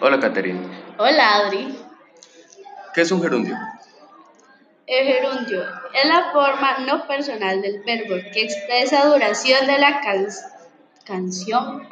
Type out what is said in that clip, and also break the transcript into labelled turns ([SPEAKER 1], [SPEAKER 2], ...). [SPEAKER 1] Hola, Catherine.
[SPEAKER 2] Hola Adri.
[SPEAKER 1] ¿Qué es un gerundio?
[SPEAKER 2] El gerundio es la forma no personal del verbo que expresa duración de la can- canción